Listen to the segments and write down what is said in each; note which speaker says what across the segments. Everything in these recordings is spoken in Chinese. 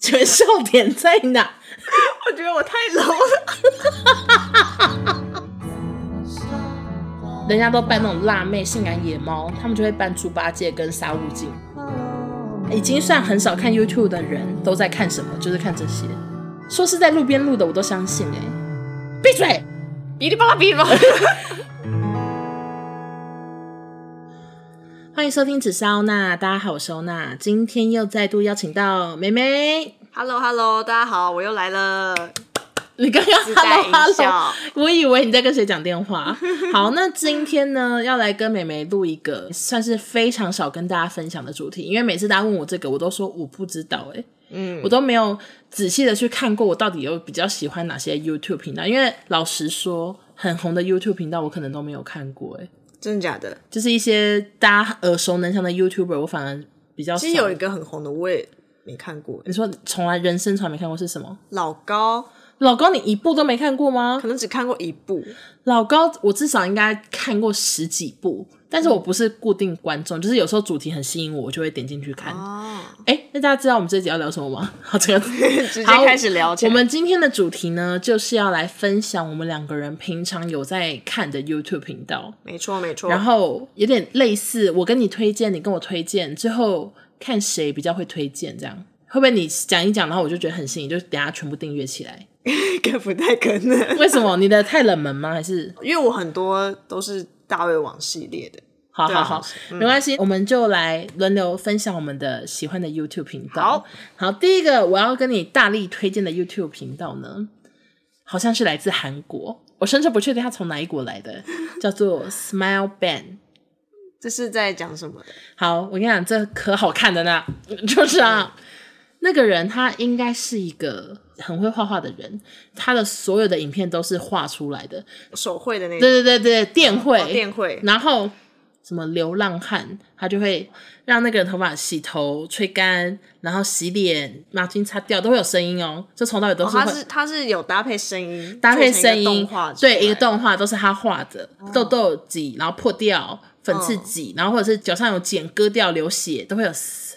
Speaker 1: 请问笑点在哪？
Speaker 2: 我觉得我太 low 了。
Speaker 1: 人家都扮那种辣妹、性感野猫，他们就会扮猪八戒跟沙悟净。已经算很少看 YouTube 的人都在看什么，就是看这些。说是在路边录的，我都相信哎、闭嘴！
Speaker 2: 哔哩吧啦，哔哩吧啦。
Speaker 1: 欢迎收听紫烧娜，大家好，我是欧娜，今天又再度邀请到梅梅。
Speaker 2: Hello Hello，大家好，我又来了，
Speaker 1: 你刚刚
Speaker 2: 自带
Speaker 1: hello
Speaker 2: 音
Speaker 1: hello，
Speaker 2: 效。
Speaker 1: 我以为你在跟谁讲电话。 好，那今天呢，要来跟美眉录一个算是非常少跟大家分享的主题，因为每次大家问我这个，我都说我不知道、欸，
Speaker 2: 嗯
Speaker 1: 我都没有仔细的去看过我到底有比较喜欢哪些 YouTube 频道，因为老实说，很红的 YouTube 频道我可能都没有看过、欸，
Speaker 2: 真的假的？
Speaker 1: 就是一些大家耳熟能详的 YouTuber，我反而比较少。
Speaker 2: 其实有一个很红的，我也没看过，
Speaker 1: 你说从来人生从来没看过是什么？
Speaker 2: 老高
Speaker 1: 老高，你一部都没看过吗
Speaker 2: 可？能只看过一部，
Speaker 1: 老高，我至少应该看过十几部，但是我不是固定观众，就是有时候主题很吸引我，我就会点进去看。
Speaker 2: 哦，
Speaker 1: 哎、那大家知道我们这集要聊什么吗？ 好，这个
Speaker 2: 直接
Speaker 1: 好
Speaker 2: 开始聊起
Speaker 1: 我
Speaker 2: 来。
Speaker 1: 们今天的主题呢，就是要来分享我们两个人平常有在看的 YouTube 频道，
Speaker 2: 没错没错，
Speaker 1: 然后有点类似，我跟你推荐，你跟我推荐，最后看谁比较会推荐，这样会不会你讲一讲，然后我就觉得很吸引，就等下全部订阅起来？
Speaker 2: 应该不太可能，
Speaker 1: 为什么？你的太冷门吗？还是
Speaker 2: 因为我很多都是大胃王系列的。
Speaker 1: 好
Speaker 2: 对啊
Speaker 1: 好好
Speaker 2: 好，
Speaker 1: 没关系，我们就来轮流分享我们的喜欢的 YouTube 频道
Speaker 2: 好。
Speaker 1: 好，第一个我要跟你大力推荐的 YouTube 频道呢，好像是来自韩国，我甚至不确定它从哪一国来 的，叫做 Smile Band。
Speaker 2: 这是在讲什么的？
Speaker 1: 好，我跟你讲，这可好看的呢， 就是啊，
Speaker 2: 嗯
Speaker 1: 那个人他应该是一个很会画画的人，他的所有的影片都是画出来的。
Speaker 2: 手绘的那种
Speaker 1: 对对对对，电绘，
Speaker 2: 哦电绘，
Speaker 1: 然后什么流浪汉，他就会让那个人头发洗头、吹干，然后洗脸、毛巾擦掉，都会有声音哦。就从头到尾都
Speaker 2: 哦
Speaker 1: 是会、
Speaker 2: 它是它是有搭配声音，
Speaker 1: 搭配
Speaker 2: 做成
Speaker 1: 声
Speaker 2: 一个
Speaker 1: 音
Speaker 2: 动画，出来，
Speaker 1: 对，一个动画都是他画的，
Speaker 2: 哦
Speaker 1: 痘痘挤，然后破掉，粉刺
Speaker 2: 嗯
Speaker 1: 挤，然后或者是脚上有茧割掉流血，都会有嘶。嘶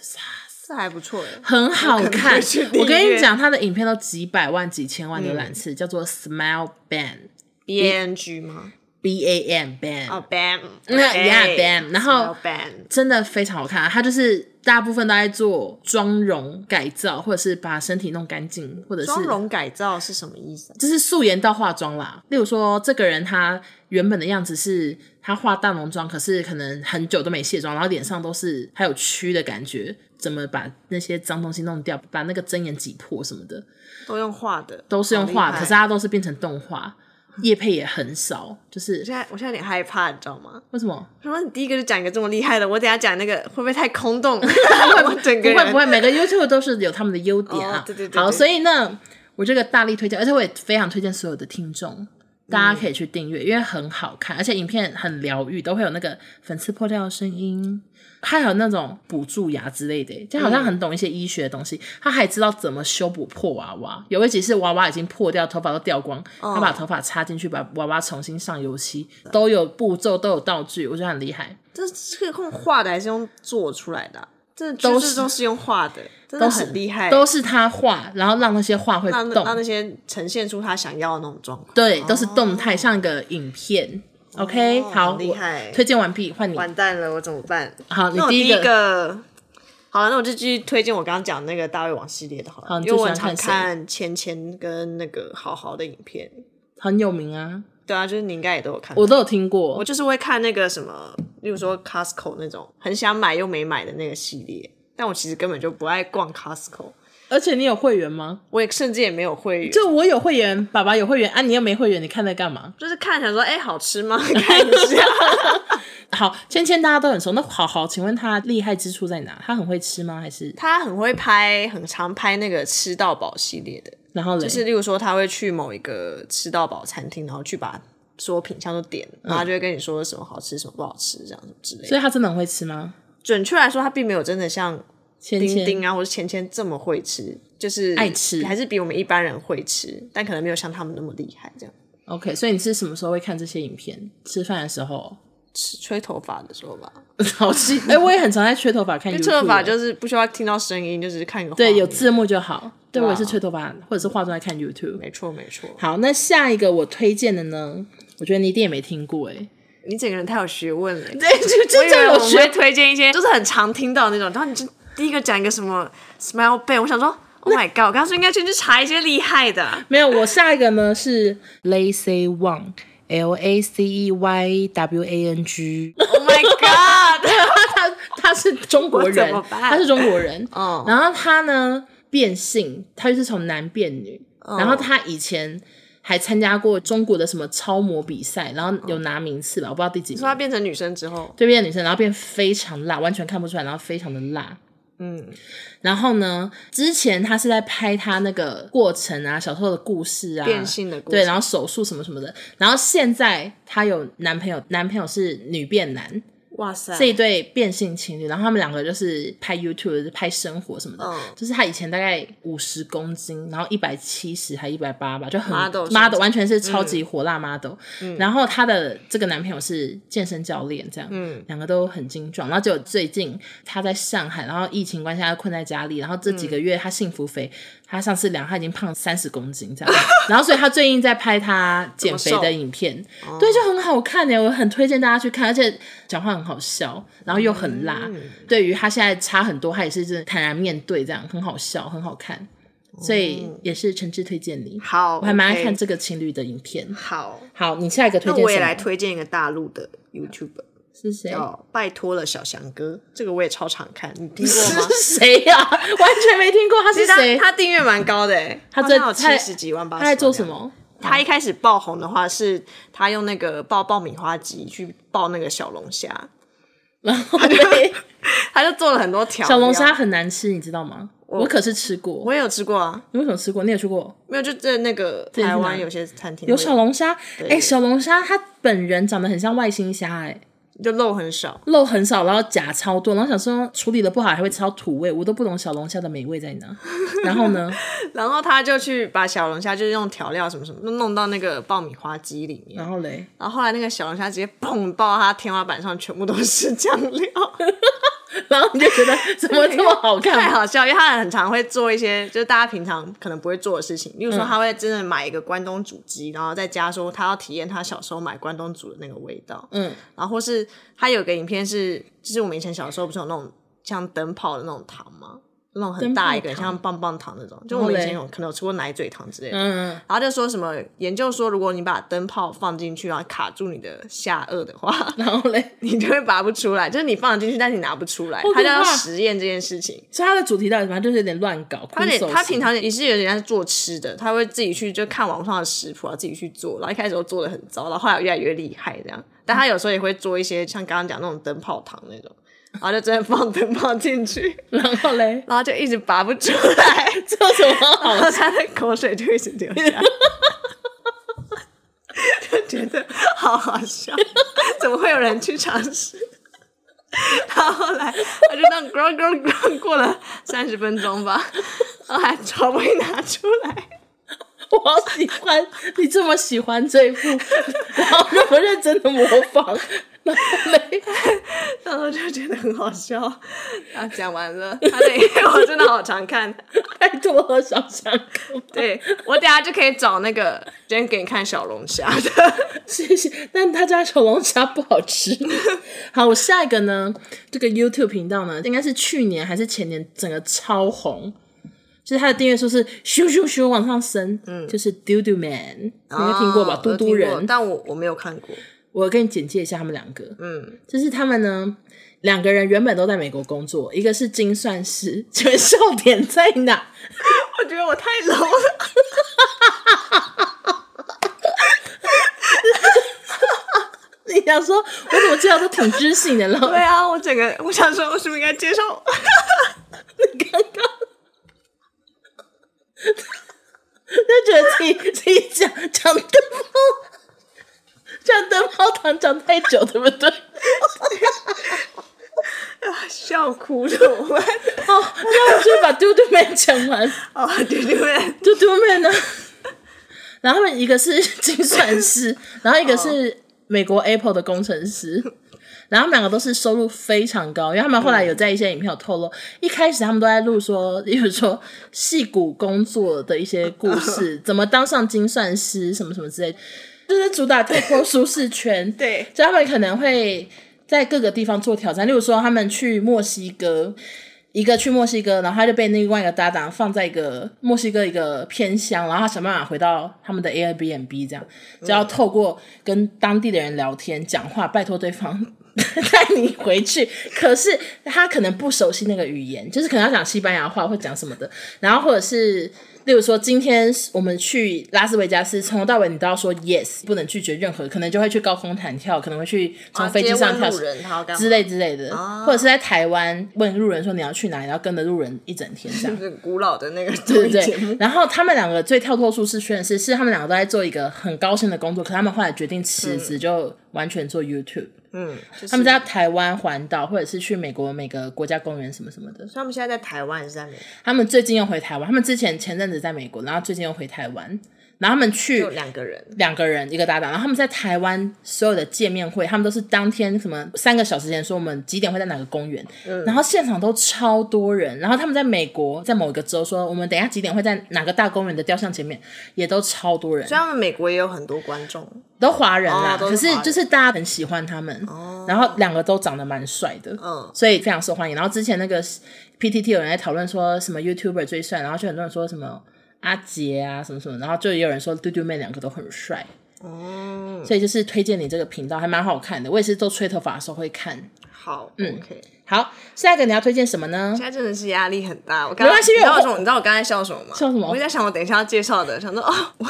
Speaker 2: 这还不错哎。
Speaker 1: 很好
Speaker 2: 可能
Speaker 1: 看
Speaker 2: 会去，订阅嗯
Speaker 1: 我跟你讲，他的影片都几百万、几千万浏览次，叫做 Smile Ban
Speaker 2: B A N G 吗？
Speaker 1: B A N Ban
Speaker 2: 哦，Bam，
Speaker 1: 嗯 yeah, bam，然后
Speaker 2: Bam，
Speaker 1: 真的非常好看、啊，它就是大部分都在做妆容改造，或者是把身体弄干净，或者是
Speaker 2: 妆容改造是什么意思啊？
Speaker 1: 就是素颜到化妆啦。例如说，这个人他原本的样子是他化大浓妆，可是可能很久都没卸妆，然后脸上都是还有蛆的感觉，怎么把那些脏东西弄掉，把那个针眼挤破什么的，
Speaker 2: 都用画的，
Speaker 1: 都是用画，
Speaker 2: 好厉害
Speaker 1: 可是它都是变成动 画，叶配也很少，就是
Speaker 2: 我现在我现在有点害怕，你知道吗？
Speaker 1: 为什么？
Speaker 2: 我说你第一个就讲一个这么厉害的，我等一下讲那个会不会太 空洞？我整
Speaker 1: 不
Speaker 2: 个
Speaker 1: 会
Speaker 2: 人
Speaker 1: 不会，每个 YouTube 都是有他们的优点啊。
Speaker 2: 哦对对对
Speaker 1: 好，
Speaker 2: 对
Speaker 1: 所以呢，我这个大力推荐，而且我也非常推荐所有的听众，
Speaker 2: 嗯
Speaker 1: 大家嗯可以去订阅，因为很好看，而且影片很疗愈，都会有那个粉刺破掉的声音，还有那种补蛀牙之类的，就好像很懂一些医学的东西。他还知道怎么修补破娃娃，有一集是娃娃已经破掉，头发都掉光，他把头发插进去，把娃娃重新上油漆，
Speaker 2: 嗯
Speaker 1: 都有步骤，都有道具，我觉得很厉害。
Speaker 2: 这是用画的还是用做出来的啊？这
Speaker 1: 都
Speaker 2: 都
Speaker 1: 是
Speaker 2: 是都是用画的，真
Speaker 1: 都
Speaker 2: 的
Speaker 1: 是
Speaker 2: 很厉害。
Speaker 1: 都是他画，然后让那些画会
Speaker 2: 哎让那
Speaker 1: 动，
Speaker 2: 让那些呈现出他想要的那种状况。
Speaker 1: 对，都是动态，像一个影片。OK，好，
Speaker 2: 哦很厉害
Speaker 1: 我推荐完毕，换你。
Speaker 2: 完蛋了，我怎么办？
Speaker 1: 好，你
Speaker 2: 那我
Speaker 1: 第
Speaker 2: 第
Speaker 1: 一
Speaker 2: 一
Speaker 1: 个
Speaker 2: 个，好了，那我就继续推荐我刚刚讲那个大胃王系列的好了，
Speaker 1: 好你
Speaker 2: 因为
Speaker 1: 最
Speaker 2: 我
Speaker 1: 喜
Speaker 2: 很
Speaker 1: 欢看
Speaker 2: 常
Speaker 1: 谁
Speaker 2: 看芊芊跟那个好好的影片。
Speaker 1: 很有名啊，
Speaker 2: 对啊，就是你应该也都有看过。
Speaker 1: 我都有听过
Speaker 2: 我。就是会看那个什么，例如说 Costco 那种很想买又没买的那个系列，但我其实根本就不爱逛 Costco，
Speaker 1: 而且你有会员吗？
Speaker 2: 我也甚至也没有会员，就
Speaker 1: 就我有会员，爸爸有会员啊，你又没会员，你看在干嘛？
Speaker 2: 就是看想说，哎、好吃吗？ 看一下。
Speaker 1: 好，芊芊大家都很熟，那好好，请问他厉害之处在哪？他很会吃吗？还是
Speaker 2: 他很会拍，很常拍那个吃到饱系列的，
Speaker 1: 然后嘞？
Speaker 2: 就是例如说他会去某一个吃到饱餐厅，然后去把所有品相都点，
Speaker 1: 嗯
Speaker 2: 然后他就会跟你说什么好吃，什么不好吃，这样之类的。
Speaker 1: 所以他真的很会吃吗？
Speaker 2: 准确来说，他并没有真的像
Speaker 1: 芊
Speaker 2: 丁
Speaker 1: 芊
Speaker 2: 丁啊，或者芊芊这么会吃，就是
Speaker 1: 爱吃
Speaker 2: 还是比我们一般人会吃，但可能没有像他们那么厉害。这样
Speaker 1: ，OK，所以你是什么时候会看这些影片？吃饭的时候？
Speaker 2: 吃吹头发的时候吧，
Speaker 1: 好气！哎、我也很常在吹头发看 y
Speaker 2: 因为
Speaker 1: o
Speaker 2: 吹头发就是是不需要听到声音，就是看个
Speaker 1: 对
Speaker 2: 画
Speaker 1: 有
Speaker 2: 面
Speaker 1: 字幕就好。对
Speaker 2: 对啊
Speaker 1: 我也是吹头发或者是化妆在看 YouTube。
Speaker 2: 没错没错，
Speaker 1: 好，那下一个我推荐的呢？我觉得你一定也没听过哎、
Speaker 2: 你整个人太有学问了。
Speaker 1: 对，就
Speaker 2: 我 以
Speaker 1: 真
Speaker 2: 为
Speaker 1: 正
Speaker 2: 我
Speaker 1: 有
Speaker 2: 们
Speaker 1: 学
Speaker 2: 会推荐一些，就是很常听到的那种。然后你就第一个讲一个什么 smile ban，我想说，Oh my god！我刚刚说应该去去查一些厉 害的。
Speaker 1: 没有，我下一个呢是 Lacy Wang。L A C E Y W A N G，
Speaker 2: Oh my god！
Speaker 1: 他他他是 中国
Speaker 2: 我怎
Speaker 1: 人
Speaker 2: 么，办
Speaker 1: 他是中国人。
Speaker 2: 嗯
Speaker 1: 然后他呢变性，他就是从男变女。然后他以前还参加过中国的什么超模比赛，然后有拿名次吧，我不知道第几
Speaker 2: 说她
Speaker 1: 名。
Speaker 2: 变成女生之后，
Speaker 1: 对面的女生，然后变非常辣，完全看不出来，然后非常的辣。
Speaker 2: 嗯，
Speaker 1: 然后呢，之前他是在拍他那个过程啊，小时候的故事啊，
Speaker 2: 变性的故事
Speaker 1: 对，然后手术什么什么的。然后现在她有男朋友，男朋友是女变男，
Speaker 2: 哇塞，
Speaker 1: 这一对变性情侣，然后他们两个就是拍 YouTube，就是拍生活什么的。
Speaker 2: 嗯
Speaker 1: 就是他以前大概五十公斤，然后一百七十还一百八吧，就很
Speaker 2: Model 身材
Speaker 1: model 完全是超级火辣 model、然后她的这个男朋友是健身教练，这样，
Speaker 2: 嗯
Speaker 1: 两个都很精壮。然后只有最近她在上海，然后疫情关系她困在家里，然后这几个月她幸福肥，她上次量她已经胖三十公斤这样， 然后所以她最近在拍她减肥
Speaker 2: 怎么
Speaker 1: 的
Speaker 2: 瘦
Speaker 1: 影片，对，就很好看耶，我很推荐大家去看，而且讲话很好笑，然后又很辣。对于她现在差很多，她也是真的坦然面对，这样很好笑，很好看，所以也是诚挚推荐你。
Speaker 2: 好，
Speaker 1: 我还蛮爱看
Speaker 2: OK
Speaker 1: 这个情侣的影片。
Speaker 2: 好，
Speaker 1: 好，你下一个推
Speaker 2: 那
Speaker 1: 荐
Speaker 2: 我
Speaker 1: 谁
Speaker 2: 也来推哦荐一个大陆的 YouTube，
Speaker 1: 是谁？
Speaker 2: 叫拜托了小翔哥，这个我也超常看，你听过吗？
Speaker 1: 是谁呀、 完全没听过，他
Speaker 2: 其
Speaker 1: 是
Speaker 2: 实他
Speaker 1: 谁？
Speaker 2: 他订阅蛮高的诶，
Speaker 1: 他
Speaker 2: 好
Speaker 1: 在
Speaker 2: 像有
Speaker 1: 他
Speaker 2: 七十几万八
Speaker 1: 他
Speaker 2: 十。
Speaker 1: 在做什？么？
Speaker 2: 他一开始爆红的话，是他用那个爆爆米花机去爆那个小龙虾，
Speaker 1: 然后 嘞
Speaker 2: 他就做了很多调料
Speaker 1: 小龙虾，很难吃，你知道吗？我可是吃过，
Speaker 2: 我也有吃过啊，
Speaker 1: 你为什么吃过？你有吃过？
Speaker 2: 没有就在那个
Speaker 1: 己去拿
Speaker 2: 台湾有些餐厅
Speaker 1: 有
Speaker 2: 会
Speaker 1: 小龙虾，哎、
Speaker 2: 对
Speaker 1: 小龙虾它本人长得很像外星虾、哎，
Speaker 2: 就肉很少，
Speaker 1: 肉很少，然后甲超多，然后想说处理的不好还会超土味，我都不懂小龙虾的美味在哪。然后 呢，
Speaker 2: 然后他就去把小龙虾就是用调料什么什么，就弄到那个爆米花机里面，
Speaker 1: 然后嘞，
Speaker 2: 然后后来那个小龙虾直接砰爆到他天花板上，全部都是酱料，
Speaker 1: 然后你就觉得怎么这么好
Speaker 2: 太
Speaker 1: 看？
Speaker 2: 好笑，因为他很常会做一些就是大家平常可能不会做的事情，例如
Speaker 1: 嗯
Speaker 2: 说他会真的买一个关东煮鸡，然后在家说他要体验他小时候买关东煮的那个味道，
Speaker 1: 嗯，
Speaker 2: 然后或是他有个影片是，就是我们以前小时候不是有那种像灯泡的那种糖吗？那种很大一个
Speaker 1: 灯泡
Speaker 2: 像棒棒糖那种，就
Speaker 1: 然后
Speaker 2: 我们以
Speaker 1: 嘞
Speaker 2: 前有可能有吃过奶嘴糖之类的。
Speaker 1: 嗯，
Speaker 2: 然后就说什么研究说，如果你把灯泡放进去，然后卡住你的下颚的话，
Speaker 1: 然后嘞，
Speaker 2: 你就会拔不出来，就是你放得进去，但是你拿不出来
Speaker 1: 好可。
Speaker 2: 他就要
Speaker 1: 怕
Speaker 2: 实验这件事情。
Speaker 1: 所以它的主题到底什么？就是有点乱搞，
Speaker 2: 他得
Speaker 1: 空手
Speaker 2: 他
Speaker 1: 型
Speaker 2: 平常也是有点像是做吃的，他会自己去就看网上的食谱，然后自己去做，然后一开始都做的很糟，然后后来越来越厉害这样。但他有时候也会做一些像刚刚讲那种灯泡糖那种，然后就真的放 灯泡进去，
Speaker 1: 然后嘞，
Speaker 2: 然后就一直拔不出来，
Speaker 1: 这有什么好
Speaker 2: 然后哦他的口水就一直流下来，就觉得好好笑，怎么会有人去尝试？然后后来他就让 grow grow grow 过了三十分钟吧，然后还找不会拿出来。
Speaker 1: 我好喜欢你这么喜欢这一部，然后那么认真的模仿，然后嘞，
Speaker 2: 然后就觉得很好笑。然后讲完了，他的影片我真的好常看。
Speaker 1: 拜托了小香哥，
Speaker 2: 对我等下就可以找那个今天给你看小龙虾的，
Speaker 1: 谢谢。但他家小龙虾不好吃。好，我下一个呢，这个 YouTube 频道呢，应该是去年还是前年，整个超红。就是他的订阅数是咻咻咻往上升，嗯，就是 Do Do Man，、你应该听过吧？
Speaker 2: 哦我
Speaker 1: 嘟
Speaker 2: 有
Speaker 1: 嘟
Speaker 2: 听过
Speaker 1: 人，
Speaker 2: 但我我没有看过。
Speaker 1: 我给你简介一下他们两个，
Speaker 2: 嗯，
Speaker 1: 就是他们呢，两个人原本都在美国工作，一个是精算师，请问笑点在哪？
Speaker 2: 我觉得我太 low 了。
Speaker 1: 你想说，我怎么知道都挺知性的，然后
Speaker 2: 对啊，我整个我想说，我是不是应该介绍？
Speaker 1: 你刚刚就觉得自己自己讲讲灯泡，讲灯泡糖讲太久，对不对？
Speaker 2: 笑哭怎么办？
Speaker 1: 好，那我就把嘟嘟妹讲完。
Speaker 2: 哦，对对对，
Speaker 1: 嘟嘟妹呢？ 然后他们一个是精算师，然后一个是美国 Apple 的工程师，然后他们两个都是收入非常高，因为他们后来有在一些影片有透露，一开始他们都在录说，例如说戏骨工作的一些故事，怎么当上精算师什么什么之类，就是主打跳脱舒适圈，
Speaker 2: 对，
Speaker 1: 就他们可能会在各个地方做挑战，例如说他们去墨西哥，一个去墨西哥，然后他就被另外一个搭档放在一个墨西哥一个偏乡，然后他想办法回到他们的 Airbnb 这样，只要透过跟当地的人聊天讲话，拜托对方 带你回去。可是他可能不熟悉那个语言，就是可能要讲西班牙话或讲什么的，然后或者是。例如说，今天我们去拉斯维加斯，从头到尾你都要说 yes，不能拒绝任何，可能就会去高空弹跳，可能会去从飞机上跳
Speaker 2: 路人，他要干嘛
Speaker 1: 之类之类的，
Speaker 2: 哦
Speaker 1: 或者是在台湾问路人说你要去哪里，然后跟着路人一整天这样
Speaker 2: 就。是古老的那个
Speaker 1: 对
Speaker 2: 综艺
Speaker 1: 对
Speaker 2: 节目
Speaker 1: 对，然后他们两个最跳脱舒适圈的是，是他们两个都在做一个很高薪的工作，可他们后来决定辞职，就完全做 YouTube。
Speaker 2: 嗯，就是
Speaker 1: 他们在台湾环岛，或者是去美国每个国家公园什么什么的。
Speaker 2: 他们现在在台湾还是在美国？
Speaker 1: 他们最近又回台湾，他们之前前阵子在美国，然后最近又回台湾，然后他们去
Speaker 2: 就两个人，
Speaker 1: 两个人一个搭档，然后他们在台湾所有的见面会，他们都是当天什么三个小时前说我们几点会在哪个公园，然后现场都超多人，然后他们在美国在某一个州说我们等一下几点会在哪个大公园的雕像前面，也都超多人
Speaker 2: 所，以他们美国也有很多观众。
Speaker 1: 都华人啦，
Speaker 2: 哦都
Speaker 1: 可
Speaker 2: 是华
Speaker 1: 是
Speaker 2: 人哦
Speaker 1: 就是大家很喜欢他们，然后两个都长得蛮帅的，
Speaker 2: 嗯，
Speaker 1: 所以非常受欢迎。然后之前那个 PTT 有人在讨论说什么 YouTuber 最帅，然后就很多人说什么阿杰啊什么什么，然后就也有人说嘟嘟妹两个都很帅。
Speaker 2: 哦，
Speaker 1: 所以就是推荐你这个频道，还蛮好看的。我也是做吹头发的时候会看。
Speaker 2: 好，OK。
Speaker 1: 嗯好，下一个你要推荐什么呢？
Speaker 2: 现在真的是压力很大，我刚
Speaker 1: 没关系
Speaker 2: 你知道
Speaker 1: 因为我
Speaker 2: 为什么？你知道我刚才笑什么吗？
Speaker 1: 笑什么
Speaker 2: 我就在想我等一下要介绍的，想说哦， 我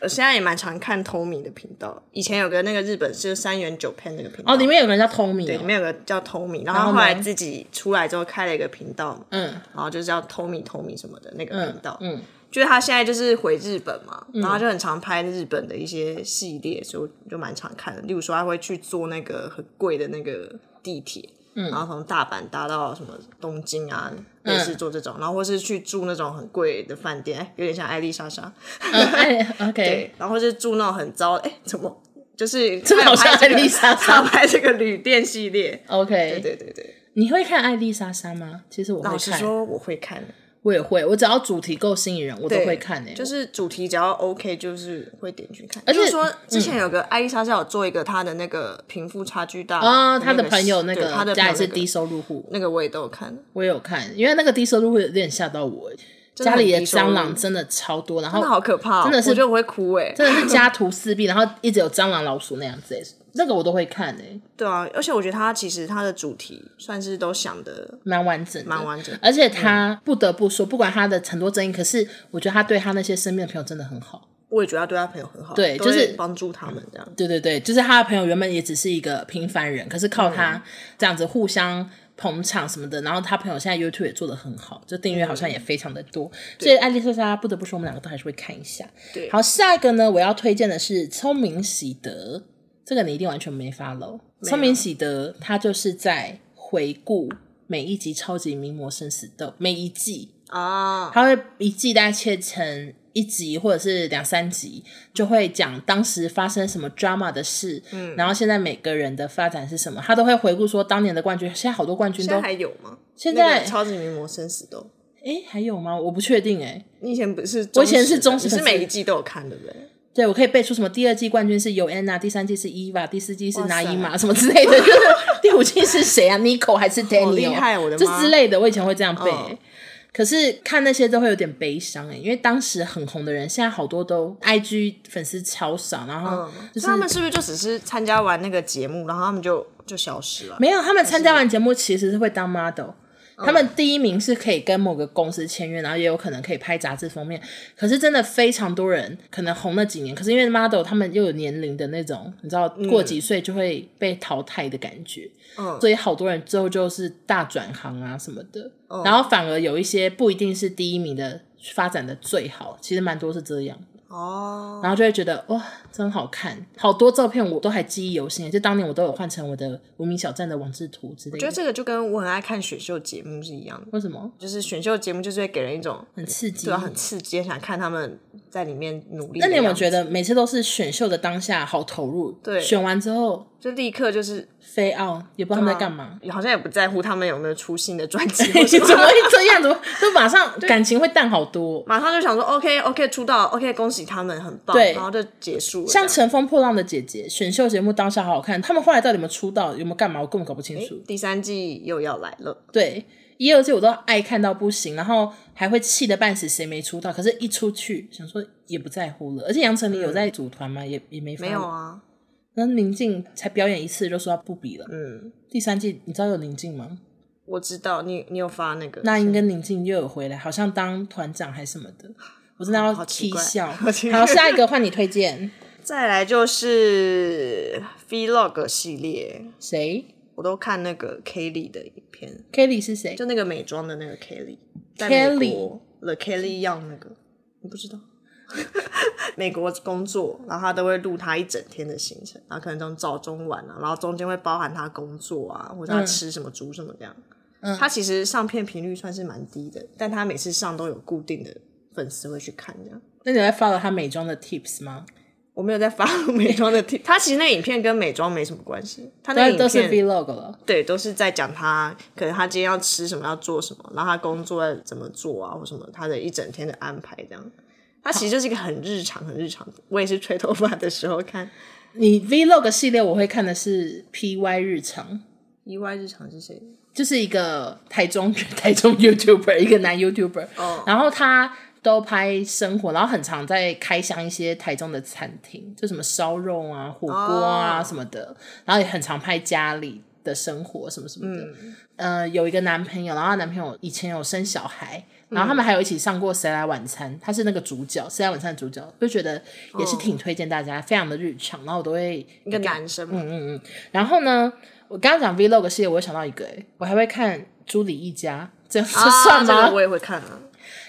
Speaker 2: 我现在也蛮常看 Tommy 的频道，以前有个那个日本就是三元九 pen 那个频道，
Speaker 1: 哦，里面有个人叫 Tommy，
Speaker 2: 对，
Speaker 1: 哦
Speaker 2: 里面有个叫 Tommy，然后
Speaker 1: 后
Speaker 2: 后
Speaker 1: 呢
Speaker 2: 来自己出来之后开了一个频道嘛，
Speaker 1: 嗯
Speaker 2: 然后就叫 Tommy Tommy 什么的那个频道，
Speaker 1: 嗯，
Speaker 2: 就是他现在就是回日本嘛，然后他就很常拍日本的一些系列，所以我就蛮常看的。例如说，他会去坐那个很贵的那个地铁，
Speaker 1: 嗯
Speaker 2: 然后从大阪搭到什么东京啊，类似坐这种，然后或是去住那种很贵的饭店，哎有点像艾丽莎莎，
Speaker 1: 嗯，哎，OK，
Speaker 2: 对，然后或是住那种很糟，哎、怎么就是
Speaker 1: 这
Speaker 2: 他
Speaker 1: 好
Speaker 2: 有
Speaker 1: 像
Speaker 2: 拍这个
Speaker 1: 艾丽 莎莎
Speaker 2: 他有拍这个旅店系列，对
Speaker 1: OK，
Speaker 2: 对对对，
Speaker 1: 你会看艾丽莎莎吗？其实我
Speaker 2: 老
Speaker 1: 会
Speaker 2: 实
Speaker 1: 看，
Speaker 2: 说我会看，
Speaker 1: 我也会，我只要主题够吸引人，我都
Speaker 2: 对
Speaker 1: 会看欸诶。
Speaker 2: 就是主题只要 OK，就是会点去看。
Speaker 1: 而且嗯
Speaker 2: 就是说之前有个艾丽莎莎有做一个她的那个贫富差距大
Speaker 1: 啊，
Speaker 2: 那个
Speaker 1: 他的朋友那
Speaker 2: 对她
Speaker 1: 个
Speaker 2: 的
Speaker 1: 家
Speaker 2: 朋
Speaker 1: 也
Speaker 2: 友
Speaker 1: 是
Speaker 2: 那个
Speaker 1: 低收入户，
Speaker 2: 那个我也都有看，
Speaker 1: 我也有看，因为那个低收入户有点吓到我，欸
Speaker 2: 真
Speaker 1: 家
Speaker 2: 很
Speaker 1: 里的
Speaker 2: 低收入
Speaker 1: 蟑螂真的超多，然
Speaker 2: 真的好
Speaker 1: 后
Speaker 2: 可怕哦，
Speaker 1: 真的是
Speaker 2: 我觉得我会哭哎。
Speaker 1: 真 的是家徒四壁，然后一直有蟑螂、老鼠那样子诶，那个我都会看欸诶，
Speaker 2: 对啊，而且我觉得她其实她的主题算是都想的
Speaker 1: 蛮完整的，
Speaker 2: 蛮完整的，
Speaker 1: 而且他不得不说，不管他的很多争议，可是我觉得他对他那些身边的朋友真的很好。
Speaker 2: 我也觉得她对她朋友很好，
Speaker 1: 对
Speaker 2: 都会
Speaker 1: 就是
Speaker 2: 帮助他们这样。
Speaker 1: 对对对，就是他的朋友原本也只是一个平凡人，可是靠他这样子互相捧场什么的，然后他朋友现在 YouTube 也做得很好，就订阅好像也非常的多，所以艾丽莎莎不得不说，我们两个都还是会看一下。
Speaker 2: 对
Speaker 1: 好，下一个呢，我要推荐的是《聪明喜德》，这个你一定完全没发喽。《聪明喜德》他就是在回顾每一集《超级名模生死斗》每一季，
Speaker 2: 啊，
Speaker 1: 他会一季大概切成一集或者是两三集，就会讲当时发生什么 drama 的事，嗯，然后现在每个人的发展是什么，他都会回顾说当年的冠军，现在好多冠军
Speaker 2: 现
Speaker 1: 都
Speaker 2: 在还有吗？
Speaker 1: 现在
Speaker 2: 那个超级名模生死斗，
Speaker 1: 诶还有吗？我不确定诶。
Speaker 2: 你以前不是？
Speaker 1: 我以前是忠实
Speaker 2: 你是
Speaker 1: 粉丝
Speaker 2: 每一季都有看，对不对？
Speaker 1: 对，我可以背出什么？第二季冠军是尤安娜，第三季是伊娃，第四季是
Speaker 2: 哇
Speaker 1: 拿
Speaker 2: 塞
Speaker 1: 伊玛什么之类的，就是 第五季是谁啊？Nico 还是 Daniel？
Speaker 2: 厉害我的
Speaker 1: 这
Speaker 2: 妈
Speaker 1: 之类的，我以前会这样背。
Speaker 2: 嗯
Speaker 1: 可是看那些都会有点悲伤哎、因为当时很红的人，现在好多都 IG 粉丝超少，然后就是、
Speaker 2: 嗯他们是不是就只是参加完那个节目，然后他们就就消失了？
Speaker 1: 没有，他们参加完节目其实是会当 model。他们第一名是可以跟某个公司签约，然后也有可能可以拍杂志封面。可是真的非常多人可能红了几年，可是因为 model 他们又有年龄的那种，你知道过几岁就会被淘汰的感觉，
Speaker 2: 嗯
Speaker 1: 所以好多人最后就是大转行啊什么的。
Speaker 2: 哦
Speaker 1: 然后反而有一些不一定是第一名的发展的最好，其实蛮多是这样。
Speaker 2: 哦，
Speaker 1: 然后就会觉得哇，真好看，好多照片我都还记忆犹新，就当年我都有换成我的无名小站的网志图之类
Speaker 2: 我觉得
Speaker 1: 的。
Speaker 2: 这个就跟我很爱看选秀节目是一样的，
Speaker 1: 为什么
Speaker 2: 就是选秀节目就是会给人一种
Speaker 1: 很刺激
Speaker 2: 对啊？很刺激，想看他们在里面努力的样子。
Speaker 1: 那你有没有觉得每次都是选秀的当下好投入？
Speaker 2: 对
Speaker 1: 选完之后
Speaker 2: 就立刻就是
Speaker 1: 飞奥也不知道他们在
Speaker 2: 啊
Speaker 1: 干嘛。？
Speaker 2: 好像也不在乎他们有没有出新的专辑或什
Speaker 1: 怎
Speaker 2: 么，
Speaker 1: 么会这样？怎么就马上感情会淡好多？
Speaker 2: 马上就想说 OK OK 出道 OK 恭喜他们很棒，
Speaker 1: 对
Speaker 2: 然后就结束了。
Speaker 1: 像《乘风破浪的姐姐》选秀节目当下好好看，他们后来到底有没有出道，有没有干嘛，我根本搞不清楚。
Speaker 2: 第三季又要来了，
Speaker 1: 对，一二季我都爱看到不行，然后还会气得半死，谁没出道？可是，一出去想说也不在乎了。而且杨丞琳有在组团吗？也也没发
Speaker 2: 嗯没有。啊？
Speaker 1: 然后宁静才表演一次就说她不比了。
Speaker 2: 嗯，
Speaker 1: 第三季你知道有宁静吗？
Speaker 2: 我知道你你有发那个
Speaker 1: 那英跟宁静又有回来，好像当团长还什么的，我真的要
Speaker 2: 好奇
Speaker 1: 踢
Speaker 2: 怪
Speaker 1: 笑。
Speaker 2: 好奇怪
Speaker 1: 好，下一个换你推荐
Speaker 2: 再来就是 Vlog 系列，
Speaker 1: 谁
Speaker 2: 我都看那个 Kelly 的影片，
Speaker 1: ？Kelly 是谁？
Speaker 2: 就那个美妆的那个 Kelly，在
Speaker 1: Kelly
Speaker 2: 美国 The Kelly Young 那个，你不知道？ 美国工作，然后他都会录他一整天的行程，然后可能从早中晚啊，然后中间会包含他工作啊，或者他吃什么、煮什么这样。
Speaker 1: 嗯
Speaker 2: 他其实上片频率算是蛮低的，但他每次上都有固定的粉丝会去看这样。
Speaker 1: 那你有在 follow 她美妆的 tips 吗？
Speaker 2: 我没有在发美妆 的啊 T，他其实那影片跟美妆没什么关系，他那
Speaker 1: 都
Speaker 2: 影
Speaker 1: 都是
Speaker 2: 片
Speaker 1: vlog 了。
Speaker 2: 对，都是在讲他可能他今天要吃什么，要做什么，然后他工作怎么做啊，或什么他的一整天的安排这样。他其实就是一个很日常、很日常的。我也是吹头发的时候看。
Speaker 1: 你 vlog 系列我会看的是 PY 日常。
Speaker 2: 意外日常是谁？
Speaker 1: 就是一个台中台中 YouTuber，一个男 YouTuber，、
Speaker 2: 哦
Speaker 1: 然后他都拍生活，然后很常在开箱一些台中的餐厅，就什么烧肉啊、火锅啊
Speaker 2: 哦
Speaker 1: 什么的，然后也很常拍家里的生活什么什么的。
Speaker 2: 嗯
Speaker 1: 呃，有一个男朋友，然后她男朋友以前有生小孩。然后他们还有一起上过《谁来晚餐》，他是那个主角，《谁来晚餐》的主角，就觉得也
Speaker 2: 哦
Speaker 1: 是挺推荐大家，非常的日常。然后我都会
Speaker 2: 一个男生嘛，
Speaker 1: 然后呢，我刚刚讲 vlog 系列，我会想到一个、欸，我还会看朱里一家，这样、这算
Speaker 2: 啊
Speaker 1: 吗？
Speaker 2: 这个我也会看啊。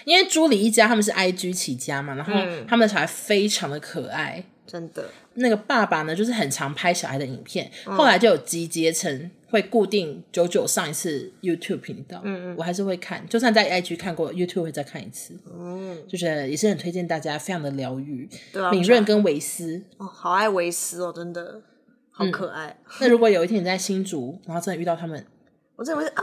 Speaker 1: 因为朱里一家他们是 IG 起家嘛，然后
Speaker 2: 嗯
Speaker 1: 他们的小孩非常的可爱。
Speaker 2: 真的，
Speaker 1: 那个爸爸呢，就是很常拍小孩的影片，
Speaker 2: 嗯
Speaker 1: 后来就有集结成会固定久久上一次 YouTube 频道。嗯嗯，我还是会看，就算在 IG 看过，YouTube 会再看一次，
Speaker 2: 嗯，
Speaker 1: 就觉得也是很推荐大家，非常的疗愈。
Speaker 2: 对啊，
Speaker 1: 敏
Speaker 2: 我
Speaker 1: 润
Speaker 2: 觉得
Speaker 1: 跟维斯，
Speaker 2: 哦，好爱维斯哦，真的好可爱。
Speaker 1: 那如果有一天你在新竹，然后真的遇到他 们，
Speaker 2: 我真的会啊，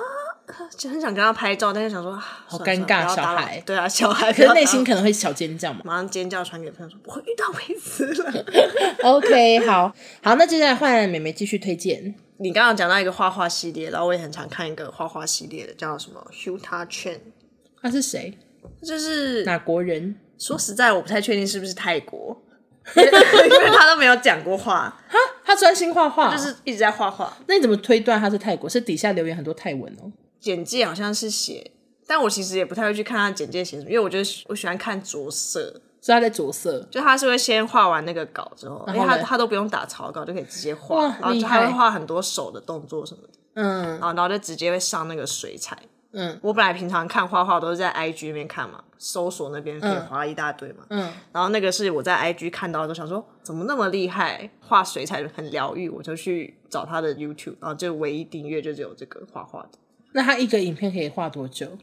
Speaker 2: 就很想跟他拍照，但是想说啊好
Speaker 1: 尴尬小孩
Speaker 2: 对啊，小孩，
Speaker 1: 可是内心可能会小尖叫嘛。
Speaker 2: 马上尖叫传给朋友说，我遇到维斯了。
Speaker 1: OK，好好，那接下来换美美继续推荐。
Speaker 2: 你刚刚讲到一个画画系列，然后我也很常看一个画画系列的，叫什么 Huta Chen，
Speaker 1: 他是谁？
Speaker 2: 就是
Speaker 1: 哪国人？
Speaker 2: 说实在，我不太确定是不是泰国，因为因为他都没有讲过话，
Speaker 1: 哈，他专心画画哦、
Speaker 2: 就是一直在画画。
Speaker 1: 那你怎么推断他是泰国？是底下留言很多泰文哦。
Speaker 2: 简介好像是写，但我其实也不太会去看他简介写什么，因为我觉得我喜欢看着色，
Speaker 1: 所以他在着色，
Speaker 2: 就他是会先画完那个稿之后，因
Speaker 1: 后
Speaker 2: 为他
Speaker 1: 嘞
Speaker 2: 他都不用打草稿就可以直接画
Speaker 1: 哇，
Speaker 2: 然后
Speaker 1: 厉
Speaker 2: 就他
Speaker 1: 害
Speaker 2: 会画很多手的动作什么的。
Speaker 1: 嗯
Speaker 2: 啊，然后就直接会上那个水彩。
Speaker 1: 嗯，
Speaker 2: 我本来平常看画画都是在 IG 那边看嘛，搜索那边可以划一大堆嘛。
Speaker 1: 嗯，
Speaker 2: 然后那个是我在 IG 看到的，想说怎么那么厉害，画水彩很疗愈，我就去找他的 YouTube，然后就唯一订阅就只有这个画画的，
Speaker 1: 那他一个影片可以画多久？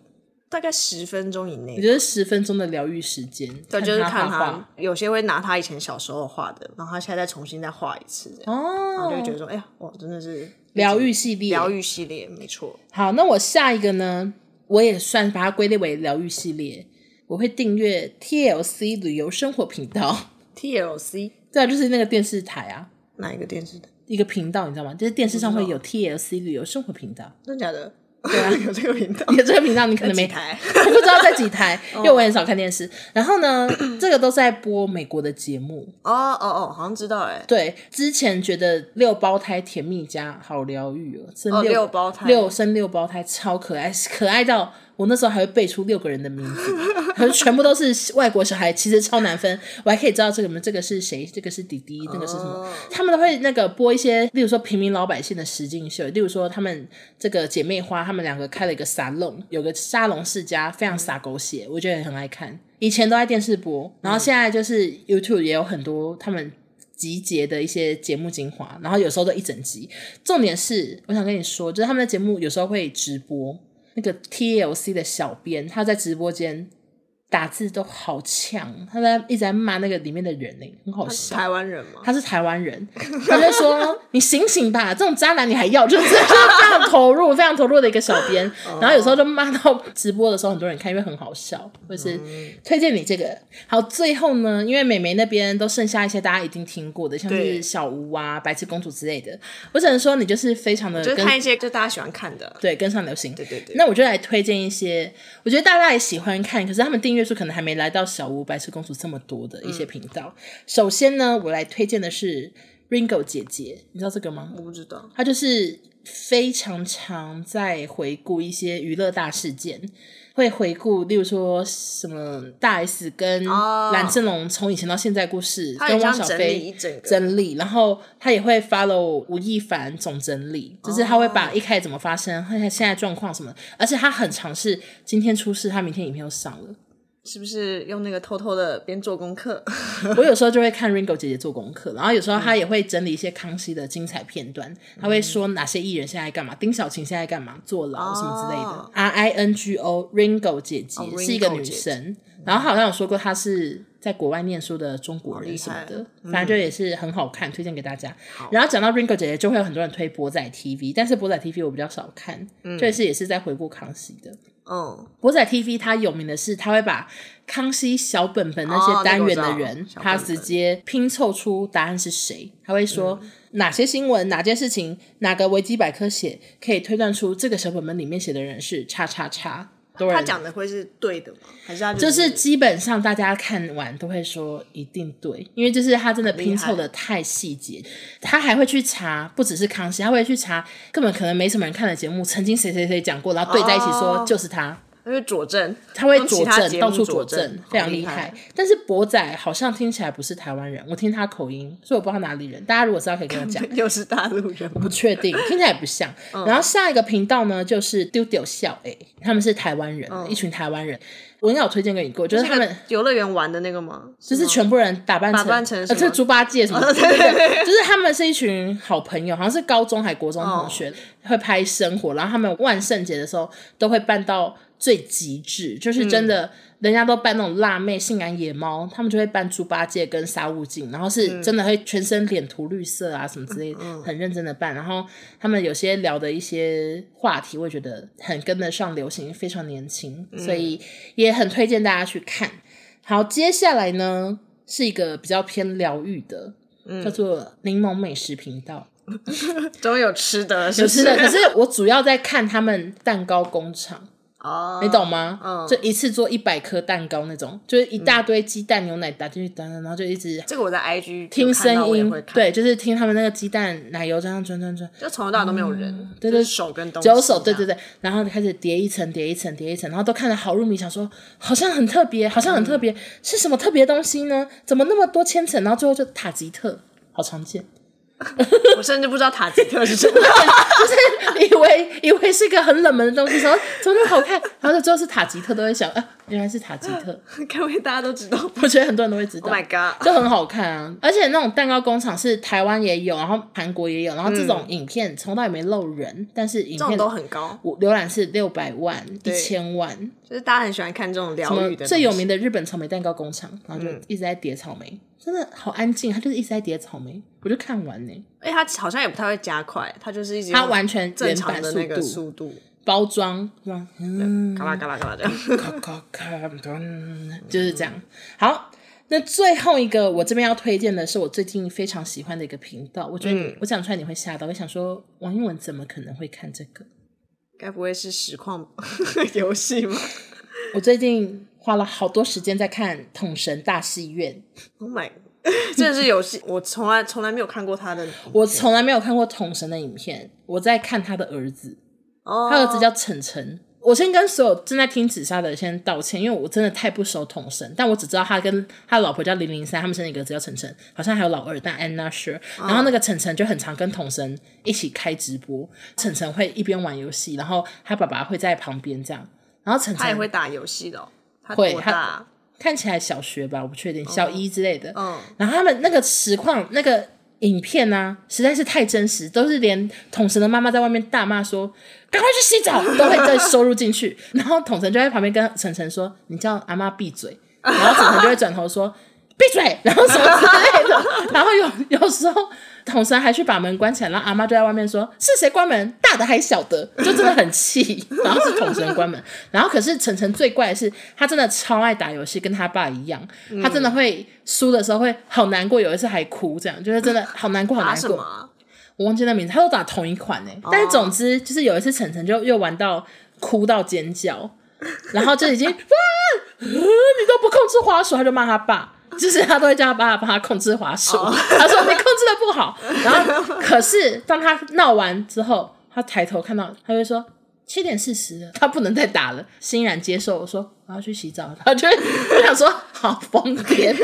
Speaker 2: 大概十分钟以内
Speaker 1: 我。觉得十分钟的疗愈时间，
Speaker 2: 对，就是
Speaker 1: 他
Speaker 2: 看他
Speaker 1: 画
Speaker 2: 有些会拿他以前小时候画的，然后他现在再重新再画一次，这样
Speaker 1: 画
Speaker 2: 然后就会觉
Speaker 1: 哦，
Speaker 2: 得说，哎呀，哇，真的是
Speaker 1: 疗愈系列。
Speaker 2: 疗愈系列，没错。
Speaker 1: 好，那我下一个呢，我也算把它归类为疗愈系列。我会订阅 TLC 旅游生活频道，
Speaker 2: TLC
Speaker 1: 对啊，就是那个电视台啊。
Speaker 2: 哪一个电视台？
Speaker 1: 一个频道，你知道吗？就是电视上会
Speaker 2: 我
Speaker 1: 有 TLC 旅游生活频道，
Speaker 2: 真的假的？对啊， 有这个频道。
Speaker 1: 有这个频道你可能没
Speaker 2: 几，台，
Speaker 1: 我不知道在几台，因为我很少看电视。然后呢，这个都在播美国的节目。
Speaker 2: 哦哦哦，好像知道哎、
Speaker 1: 对，之前觉得六胞胎甜蜜家好疗愈哦，生
Speaker 2: 哦，
Speaker 1: 六,、
Speaker 2: 六胞胎，
Speaker 1: 六生六胞胎超可爱，可爱到我那时候还会背出六个人的名字，可是 全部都是外国小孩，其实超难分。我还可以知道这个这个是谁，这个是弟弟，那个是什么。
Speaker 2: 哦
Speaker 1: 他们都会那个播一些，例如说平民老百姓的实境秀，例如说他们这个姐妹花，她们两个开了一个沙龙，有个沙龙世家，非常洒狗血，我觉得也很爱看。以前都在电视播，然
Speaker 2: 嗯
Speaker 1: 后现在就是 YouTube 也有很多他们集结的一些节目精华，然后有时候都一整集。重点是，我想跟你说，就是他们的节目有时候会直播，那个 TLC 的小编他在直播间打字都好呛，他在一直在骂那个里面的人呢、很好
Speaker 2: 他是
Speaker 1: 笑。
Speaker 2: 台湾人吗？
Speaker 1: 他是台湾人， 他就说：“你醒醒吧，这种渣男你还要？”就是就是非常投入、 非常投入的一个小编，然后有时候就骂到直播的时候很多人看，因为很好笑，或是推荐你这个。好，最后呢，因为美眉那边都剩下一些大家一定听过的，像
Speaker 2: 对
Speaker 1: 是小吴啊、白痴公主之类的，我只能说你就是非常的
Speaker 2: 就是
Speaker 1: 跟
Speaker 2: 看一些就大家喜欢看的，
Speaker 1: 对跟上流行。
Speaker 2: 对对对，
Speaker 1: 那我就来推荐一些，我觉得大家也喜欢看，可是他们订阅数可能还没来到小吴白痴公主这么多的一
Speaker 2: 嗯
Speaker 1: 些频道。首先呢，我来推荐的是 Ringo 姐姐，你知道这个吗？
Speaker 2: 我不知道，
Speaker 1: 她就是非常常在回顾一些娱乐大事件，会回顾，例如说什么大 S 跟
Speaker 2: 哦
Speaker 1: 蓝正龙从以前到现在故事，
Speaker 2: 他
Speaker 1: 跟
Speaker 2: 很
Speaker 1: 汪
Speaker 2: 像
Speaker 1: 小
Speaker 2: 整
Speaker 1: 菲
Speaker 2: 理一整个，
Speaker 1: 整理，然后他也会 follow 吴亦凡总整理，就是他会把一开始怎么发生，现在现在状况什么，而且他很尝试今天出事，他明天影片又上了。
Speaker 2: 是不是用那个偷偷的边做功课？
Speaker 1: 我有时候就会看 Ringo 姐姐做功课，然后有时候她也会整理一些康熙的精彩片段，
Speaker 2: 嗯
Speaker 1: 她会说哪些艺人现在在干嘛，丁小琴现在在干嘛，坐牢什么之类的。
Speaker 2: 哦
Speaker 1: R I N G O Ringo 姐姐
Speaker 2: 哦
Speaker 1: 是一个
Speaker 2: Ringo
Speaker 1: 女
Speaker 2: 姐姐
Speaker 1: 神，然后她好像有说过她是在国外念书的中国人
Speaker 2: 厉
Speaker 1: 什么
Speaker 2: 害嗯
Speaker 1: 的，反正就也是很好看，推荐给大家。然后讲到 Ringo 姐姐，就会有很多人推博仔 TV，但是博仔 TV 我比较少看，就是也是在回顾康熙的。
Speaker 2: 嗯，
Speaker 1: 博仔 TV 它有名的是，它会把康熙小本本那
Speaker 2: 哦
Speaker 1: 些单元
Speaker 2: 那个我
Speaker 1: 的
Speaker 2: 知道
Speaker 1: 人，
Speaker 2: 小本
Speaker 1: 他
Speaker 2: 本
Speaker 1: 直接拼凑出答案是谁。他会说
Speaker 2: 嗯
Speaker 1: 哪些新闻、哪件事情、哪个维基百科写，可以推断出这个小本本里面写的人是叉叉叉。多
Speaker 2: 他
Speaker 1: 人
Speaker 2: 讲的会是对的吗？还是他
Speaker 1: 就是基本上大家看完都会说一定对，因为就是他真的拼凑的太细节，他还会去查，不只是康熙，他会去查根本可能没什么人看的节目，曾经谁谁谁讲过，然后对在一起说
Speaker 2: 哦
Speaker 1: 就是他。
Speaker 2: 他会佐证，
Speaker 1: 他会
Speaker 2: 用其
Speaker 1: 佐
Speaker 2: 他
Speaker 1: 证，
Speaker 2: 节
Speaker 1: 到
Speaker 2: 目
Speaker 1: 处
Speaker 2: 佐
Speaker 1: 证
Speaker 2: 证，
Speaker 1: 非
Speaker 2: 好
Speaker 1: 常
Speaker 2: 厉
Speaker 1: 厉害
Speaker 2: 害。，
Speaker 1: 但是博仔好像听起来不是台湾人，我听他口音，所以我不知道他哪里人。大家如果知道可以跟我讲
Speaker 2: 又是大陆人吗，
Speaker 1: 不确定，听起来也不像。
Speaker 2: 嗯
Speaker 1: 然后下一个频道呢，就是丢丢笑诶、他们是台湾人，
Speaker 2: 嗯
Speaker 1: 一群台湾人。我应该有推荐给你过，就是他
Speaker 2: 那
Speaker 1: 们
Speaker 2: 个。游乐园玩的那个吗？就
Speaker 1: 就是全部人打扮成，
Speaker 2: 打扮成
Speaker 1: 呃，
Speaker 2: 什么
Speaker 1: 这猪八戒什么的，
Speaker 2: 哦对对对
Speaker 1: 就是他们是一群好朋友，好像是高中还国中同学，
Speaker 2: 哦
Speaker 1: 会拍生活，然后他们万圣节的时候都会办到最极致，就是真
Speaker 2: 嗯
Speaker 1: 的，人家都扮那种辣妹、性感野猫，他们就会扮猪八戒跟沙悟净，然后是
Speaker 2: 嗯
Speaker 1: 真的会全身脸涂绿色啊什么之类的，很认真的扮。然后他们有些聊的一些话题，我也觉得很跟得上流行，非常年轻，
Speaker 2: 嗯
Speaker 1: 所以也很推荐大家去看。好，接下来呢是一个比较偏疗愈的，
Speaker 2: 嗯
Speaker 1: 叫做柠檬美食频 道。
Speaker 2: 终于有吃的了，是
Speaker 1: 有
Speaker 2: 不
Speaker 1: 吃的，可是我主要在看他们蛋糕工厂，
Speaker 2: 哦，
Speaker 1: 你懂吗？
Speaker 2: 嗯
Speaker 1: 就一次做一百颗蛋糕那种，就是一大堆鸡蛋、牛奶打进去，等等，然后就一直
Speaker 2: 这个我在 IG
Speaker 1: 听
Speaker 2: 有看到
Speaker 1: 声
Speaker 2: 我也
Speaker 1: 音
Speaker 2: 会，看，
Speaker 1: 对，就是听他们那个鸡蛋奶油这样转转转，
Speaker 2: 就从头到尾都没有人，
Speaker 1: 嗯对
Speaker 2: 就
Speaker 1: 对
Speaker 2: 是手跟东西
Speaker 1: 只
Speaker 2: 这
Speaker 1: 有
Speaker 2: 样，
Speaker 1: 手，对对对，然后开始叠一层，叠一层，叠一层，然后都看得好入迷，想说好像很特别，好像
Speaker 2: 嗯
Speaker 1: 很特别，是什么特别东西呢？怎么那么多千层？然后最后就塔吉特，好常见，
Speaker 2: 我甚至不知道塔吉特是什 么，
Speaker 1: 就是以为以为是个很冷门的东西，说怎么那么好 看？然后最后是塔吉特，都会想啊，原来是塔吉特，
Speaker 2: 该不会大家都 知道吧
Speaker 1: 我觉得很多人都会知道。
Speaker 2: ？Oh my god！
Speaker 1: 就很好看啊，而且那种蛋糕工厂是台湾也有，然后韩国也有，然后这种影片从来没露人，但是影
Speaker 2: 嗯这种
Speaker 1: 片
Speaker 2: 都很高，
Speaker 1: 我浏览是六百万、一千万，
Speaker 2: 就是大家很喜欢看这种疗愈的。嗯
Speaker 1: 最有，名的日本草莓蛋糕工厂，然后就一直在叠草莓，真的好安静，他就是一直在叠草莓，我就看完呢、
Speaker 2: 哎，他好像也不太会加快，他就是一直
Speaker 1: 它
Speaker 2: 用
Speaker 1: 完全
Speaker 2: 正
Speaker 1: 原
Speaker 2: 常
Speaker 1: 版
Speaker 2: 的
Speaker 1: 速
Speaker 2: 那个
Speaker 1: 度，
Speaker 2: 速度，
Speaker 1: 包装是吧？嗯，
Speaker 2: 嘎啦嘎啦嘎啦 的。
Speaker 1: 咔咔咔咚就是这样。好，那最后一个我这边要推荐的是我最近非常喜欢的一个频道，我觉得你、我讲出来你会吓到，我想说王一文怎么可能会看这个？
Speaker 2: 该不会是实况 游戏吗
Speaker 1: 我最近花了好多时间在看《统神大戏院》，
Speaker 2: ？Oh my，这 是游戏，我从来从来没有看过他的。
Speaker 1: 我从来没有看过统神的影片，我在看他的儿子，
Speaker 2: 哦，
Speaker 1: 他儿子叫晨晨。我先跟所有正在听紫砂的先道歉，因为我真的太不熟统神，但我只知道他跟他老婆叫零零三，他们生了一个儿子叫晨晨，好像还有老二，但 I'm not sure。然后
Speaker 2: 哦
Speaker 1: 那个晨晨就很常跟统神一起开直播，晨晨会一边玩游戏，然后他爸爸会在旁边这样，然后晨
Speaker 2: 他也
Speaker 1: 晨
Speaker 2: 会打游戏的哦。他
Speaker 1: 会
Speaker 2: 多
Speaker 1: 他
Speaker 2: 大啊？哦
Speaker 1: 看起来小学吧，我不确定，小一之类的，
Speaker 2: 嗯，
Speaker 1: 然后他们那个实况那个影片啊，实在是太真实，都是连统神的妈妈在外面大骂说“赶快去洗澡”，都会再收入进去。 然后统神就在旁边跟晨晨说：“你叫阿妈闭嘴。”然后晨晨就会转头说：“闭嘴！”然后什么之类的。然后有有时候统神还去把门关起来，然后阿妈就在外面说：“是谁关门？大的还小的？”就真的很气。然后是统神关门。然后可是晨晨最怪的是，他真的超爱打游戏，跟他爸一样，他真的会输的时候会好难过，有一次还哭，这样就是真的好难过，好
Speaker 2: 打
Speaker 1: 难
Speaker 2: 什
Speaker 1: 过
Speaker 2: 么。啊？
Speaker 1: 我忘记那名字，他都打同一款呢、欸但是总之就是有一次晨晨就又玩到哭到尖叫，然后就已经哇，呃你都不控制滑鼠，他就骂他爸。就是他都会叫他爸帮他控制滑鼠他说你控制的不好。然后可是当他闹完之后，他抬头看到，他就说七点四十了，他不能再打了，欣然接受。我说我要去洗澡了，他 就会我想说好疯癫，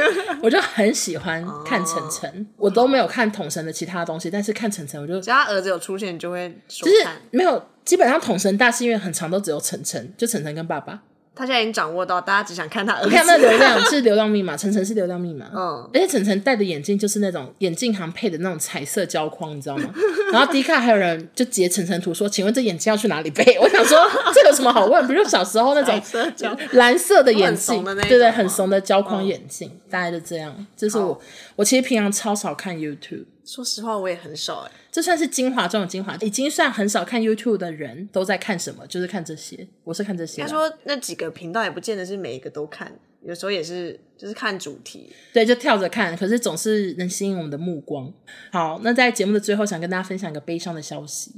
Speaker 1: 我就很喜欢看晨晨，我都没有看统神的其他东西，但是看晨晨我就
Speaker 2: 只要他儿子有出现，你就会收
Speaker 1: 就是
Speaker 2: 看。
Speaker 1: 没有，基本上统神大是因为很长都只有晨晨，就晨晨跟爸爸。
Speaker 2: 他现在已经掌握到，大家只想看他儿
Speaker 1: 你看那
Speaker 2: 子。
Speaker 1: 流量是流量密码，晨晨是流量密码。
Speaker 2: 嗯，
Speaker 1: 而且晨晨戴的眼镜就是那种眼镜行配的那种彩色胶框，你知道吗？ 然后迪卡还有人就截晨晨图说：“请问这眼镜要去哪里配？”我 想说这有什么好问？不就小时候那种
Speaker 2: 彩色胶
Speaker 1: 蓝色的眼镜，
Speaker 2: 很怂的那种
Speaker 1: 对对，
Speaker 2: 吗嗯
Speaker 1: 很怂的胶框眼镜，大概就这样。这是我我其实平常超少看 YouTube，
Speaker 2: 说实话，我也很少哎、
Speaker 1: 这算是精华中的精华，已经算很少看 YouTube 的人都在看什么，就是看这些。我是看这些
Speaker 2: 应
Speaker 1: 啦，
Speaker 2: 该说那几个频道也不见得是每一个都看，有时候也是就是看主题。
Speaker 1: 对，就跳着看，可是总是能吸引我们的目光。好，那在节目的最后，想跟大家分享一个悲伤的消息。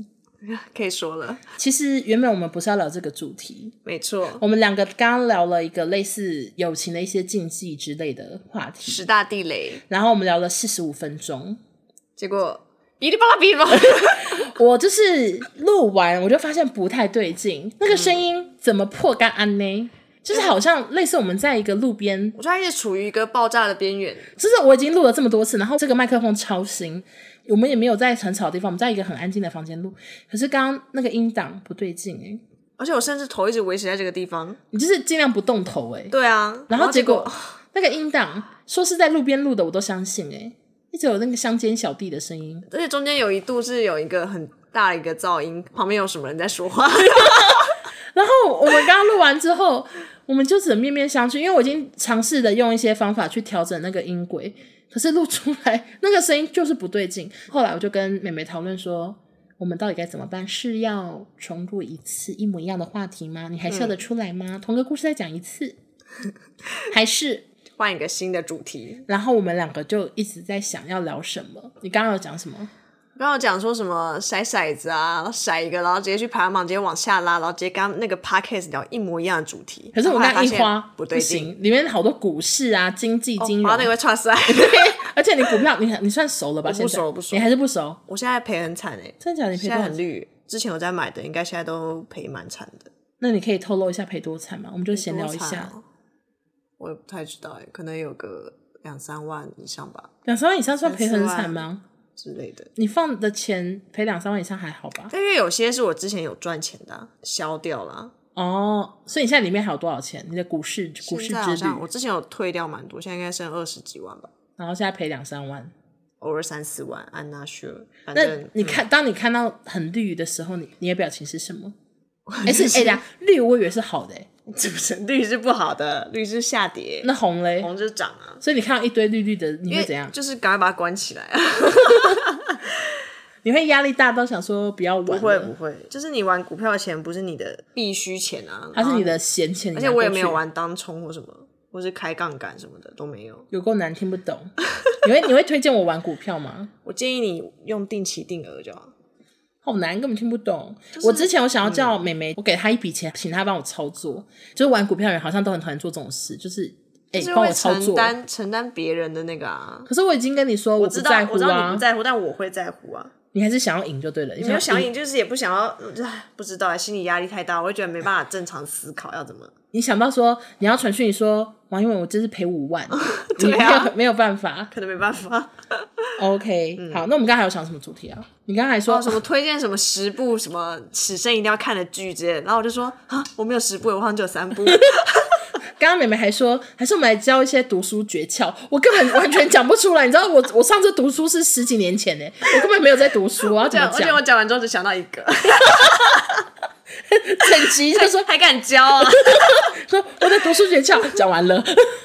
Speaker 2: 可以说了，
Speaker 1: 其实原本我们不是要聊这个主题，
Speaker 2: 没错，
Speaker 1: 我们两个刚刚聊了一个类似友情的一些禁忌之类的话题，
Speaker 2: 十大地雷，
Speaker 1: 然后我们聊了四十五分钟。
Speaker 2: 结果哔哩吧啦哔哩吧啦，
Speaker 1: 我就是录完我就发现不太对劲，那个声音怎么破干安呢？就是好像类似我们在一个路边，
Speaker 2: 我觉得他一直处于一个爆炸的边缘。
Speaker 1: 就是我已经录了这么多次，然后这个麦克风超新，我们也没有在很吵的地方，我们在一个很安静的房间录，可是刚刚那个音档不对劲哎、
Speaker 2: 而且我甚至头一直维持在这个地方。
Speaker 1: 你就是尽量不动头哎、
Speaker 2: 对啊，
Speaker 1: 然
Speaker 2: 后
Speaker 1: 后结
Speaker 2: 果
Speaker 1: 果哦那个音档说是在路边录的，我都相信哎、一直有那个乡间小弟的声音，
Speaker 2: 而且中间有一度是有一个很大的一个噪音，旁边有什么人在说话，
Speaker 1: 然后我们刚刚录完之后， 我们就只能面面相觑，因为我已经尝试的用一些方法去调整那个音轨，可是录出来那个声音就是不对劲。后来我就跟美美讨论说，我们到底该怎么办？是要重录一次一模一样的话题吗？你还笑得出来吗？
Speaker 2: 嗯
Speaker 1: 同个故事再讲一次，还是？
Speaker 2: 换一个新的主题。
Speaker 1: 然后我们两个就一直在想要聊什么。你刚刚有讲什么？
Speaker 2: 然后讲说什么甩骰子啊，然后甩一个，然后直接去排行榜，直接往下拉，然后直接跟他们那个 podcast 聊一模一样的主题。
Speaker 1: 可是我
Speaker 2: 然后
Speaker 1: 那
Speaker 2: 后来
Speaker 1: 一
Speaker 2: 发现
Speaker 1: 花
Speaker 2: 不对劲，哦
Speaker 1: 行，里面好多股市啊、经济、金融，
Speaker 2: 然后那个会串赛。
Speaker 1: 而且你股票，你你算熟了吧？
Speaker 2: 我不
Speaker 1: 现在
Speaker 2: 熟我不熟
Speaker 1: 你还是不熟？
Speaker 2: 我现在赔很惨哎、
Speaker 1: 真的假的？你 赔
Speaker 2: 现
Speaker 1: 多少
Speaker 2: 在很？绿。之前我在买的，应该现在都赔蛮惨的。
Speaker 1: 那你可以透露一下赔多惨吗？我们就闲聊一
Speaker 2: 多惨
Speaker 1: 下，
Speaker 2: 哦我也不太知道哎、可能有个两三万以上吧
Speaker 1: 两三万以上算赔很
Speaker 2: 三四
Speaker 1: 惨
Speaker 2: 万
Speaker 1: 吗？
Speaker 2: 之类的。
Speaker 1: 你放的钱赔两三万以上还好吧？
Speaker 2: 但因为有些是我之前有赚钱的啊、消掉了啊。
Speaker 1: 哦，所以你现在里面还有多少钱？你的股市股市
Speaker 2: 现在好
Speaker 1: 之
Speaker 2: 像
Speaker 1: 旅
Speaker 2: 我，之前有退掉蛮多，现在应该剩二十几万吧，
Speaker 1: 然后现在赔两三万。
Speaker 2: 偶尔三四万。I'm not sure。反
Speaker 1: 那
Speaker 2: 正
Speaker 1: 你看，当你看到很绿的时候，你你的表情是什 么？
Speaker 2: 嗯
Speaker 1: 哎，是哎
Speaker 2: 啊
Speaker 1: 呀，绿我以为是好的，哎
Speaker 2: 这不是绿是不好的，绿是下跌，
Speaker 1: 那红嘞？
Speaker 2: 红就是涨啊。
Speaker 1: 所以你看到一堆绿绿的，你
Speaker 2: 因
Speaker 1: 会
Speaker 2: 为
Speaker 1: 怎样？
Speaker 2: 就是赶快把它关起来啊！
Speaker 1: 你会压力大到想说不要玩了，
Speaker 2: 不 会不会，就是你玩股票的钱不是你的必须钱啊，
Speaker 1: 它是你
Speaker 2: 然后，
Speaker 1: 的闲钱。
Speaker 2: 而且我也没
Speaker 1: 啊
Speaker 2: 有，玩当冲或什么，或是开杠杆什么的都没有。
Speaker 1: 有够难听不懂。 你会你会推荐我玩股票吗？
Speaker 2: 我建议你用定期定额就好。
Speaker 1: 好难，根本听不懂。我之前我想要叫
Speaker 2: 嗯
Speaker 1: 美眉，我给她一笔钱，请她帮我操作。就是玩股票的人好像都很讨厌做这种事，就是哎
Speaker 2: 就是
Speaker 1: 帮
Speaker 2: 会
Speaker 1: 我操
Speaker 2: 承
Speaker 1: 作。
Speaker 2: 担承担别人的那个啊。
Speaker 1: 可是我已经跟你说我不
Speaker 2: 知道
Speaker 1: 在乎
Speaker 2: 我知道你
Speaker 1: 啊
Speaker 2: 不，在乎，但我会在乎啊。
Speaker 1: 你还是想要赢就对了。你
Speaker 2: 没有想赢，就是也不想要，唉不知道啊，心理压力太大，我会觉得没办法正常思考要怎么。
Speaker 1: 你想到说你要传讯息说王一文，我这是赔五 万，你
Speaker 2: 对
Speaker 1: 没
Speaker 2: 啊嗯
Speaker 1: 有没有办法。
Speaker 2: 可能没 办法。
Speaker 1: OK，好，那我们刚才有想什么主题啊？你刚才说
Speaker 2: 哦，什么推荐什么十部什么此生一定要看的剧之类的，然后我就说啊，我没有十部，我好像只有三部。
Speaker 1: 刚刚美美还说，还是我们来教一些读书诀窍。我根本完全讲不出来，你知道 我我上次读书是十几年前呢、我根本没有在读 书啊，我要
Speaker 2: 这
Speaker 1: 怎
Speaker 2: 样
Speaker 1: 么
Speaker 2: 而且
Speaker 1: 讲？
Speaker 2: 我讲完之后只想到一 个，
Speaker 1: 整集就说
Speaker 2: 还敢教啊？
Speaker 1: 说我的读书诀窍讲完了，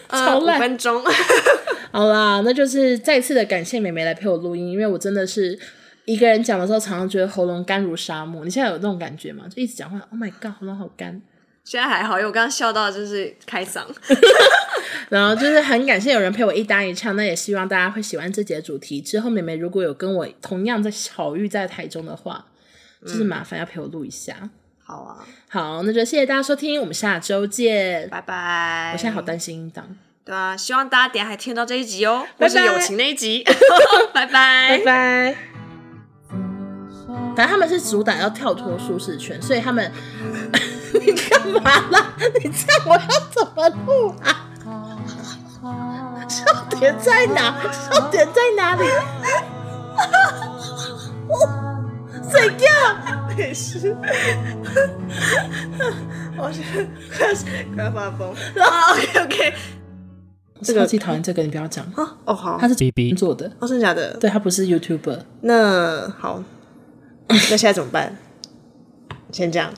Speaker 2: 呃
Speaker 1: 超
Speaker 2: 五
Speaker 1: 烂。
Speaker 2: 分钟，
Speaker 1: 好啦，那就是再次的感谢美美来陪我录音，因为我真的是一个人讲的时候，常常觉得喉咙干如沙漠。你现在有那种感觉吗？就一直讲话，Oh my god，喉咙好干。
Speaker 2: 现在还好，因为我刚刚笑到就是开嗓。
Speaker 1: 然后就是很感谢有人陪我一搭一唱，那也希望大家会喜欢这节主题。之后美美如果有跟我同样在巧遇在台中的话，就是麻烦要陪我录一下。
Speaker 2: 好啊，
Speaker 1: 好，那就谢谢大家收听，我们下周见。
Speaker 2: 拜拜。
Speaker 1: 我现在好担心音档，
Speaker 2: 对啊，希望大家等一下还听到这一集哦，
Speaker 1: 拜
Speaker 2: 或
Speaker 1: 拜
Speaker 2: 是友情那一 集。拜拜
Speaker 1: 拜。拜。反正他们是主打要跳脱舒适圈，所以他们， 你干嘛啦？你这样我要怎么录啊？笑点在哪？笑点在哪里？ 怎样？
Speaker 2: 没事， 我是 快快发疯。啊，OK OK，
Speaker 1: 这个超级讨厌这个，你不要讲。
Speaker 2: 啊，哦好，
Speaker 1: 他是
Speaker 3: BB
Speaker 1: 做的，
Speaker 2: 哦真的假的？
Speaker 1: 对他不是 YouTuber。
Speaker 2: 那好，那现在怎么办？先这样。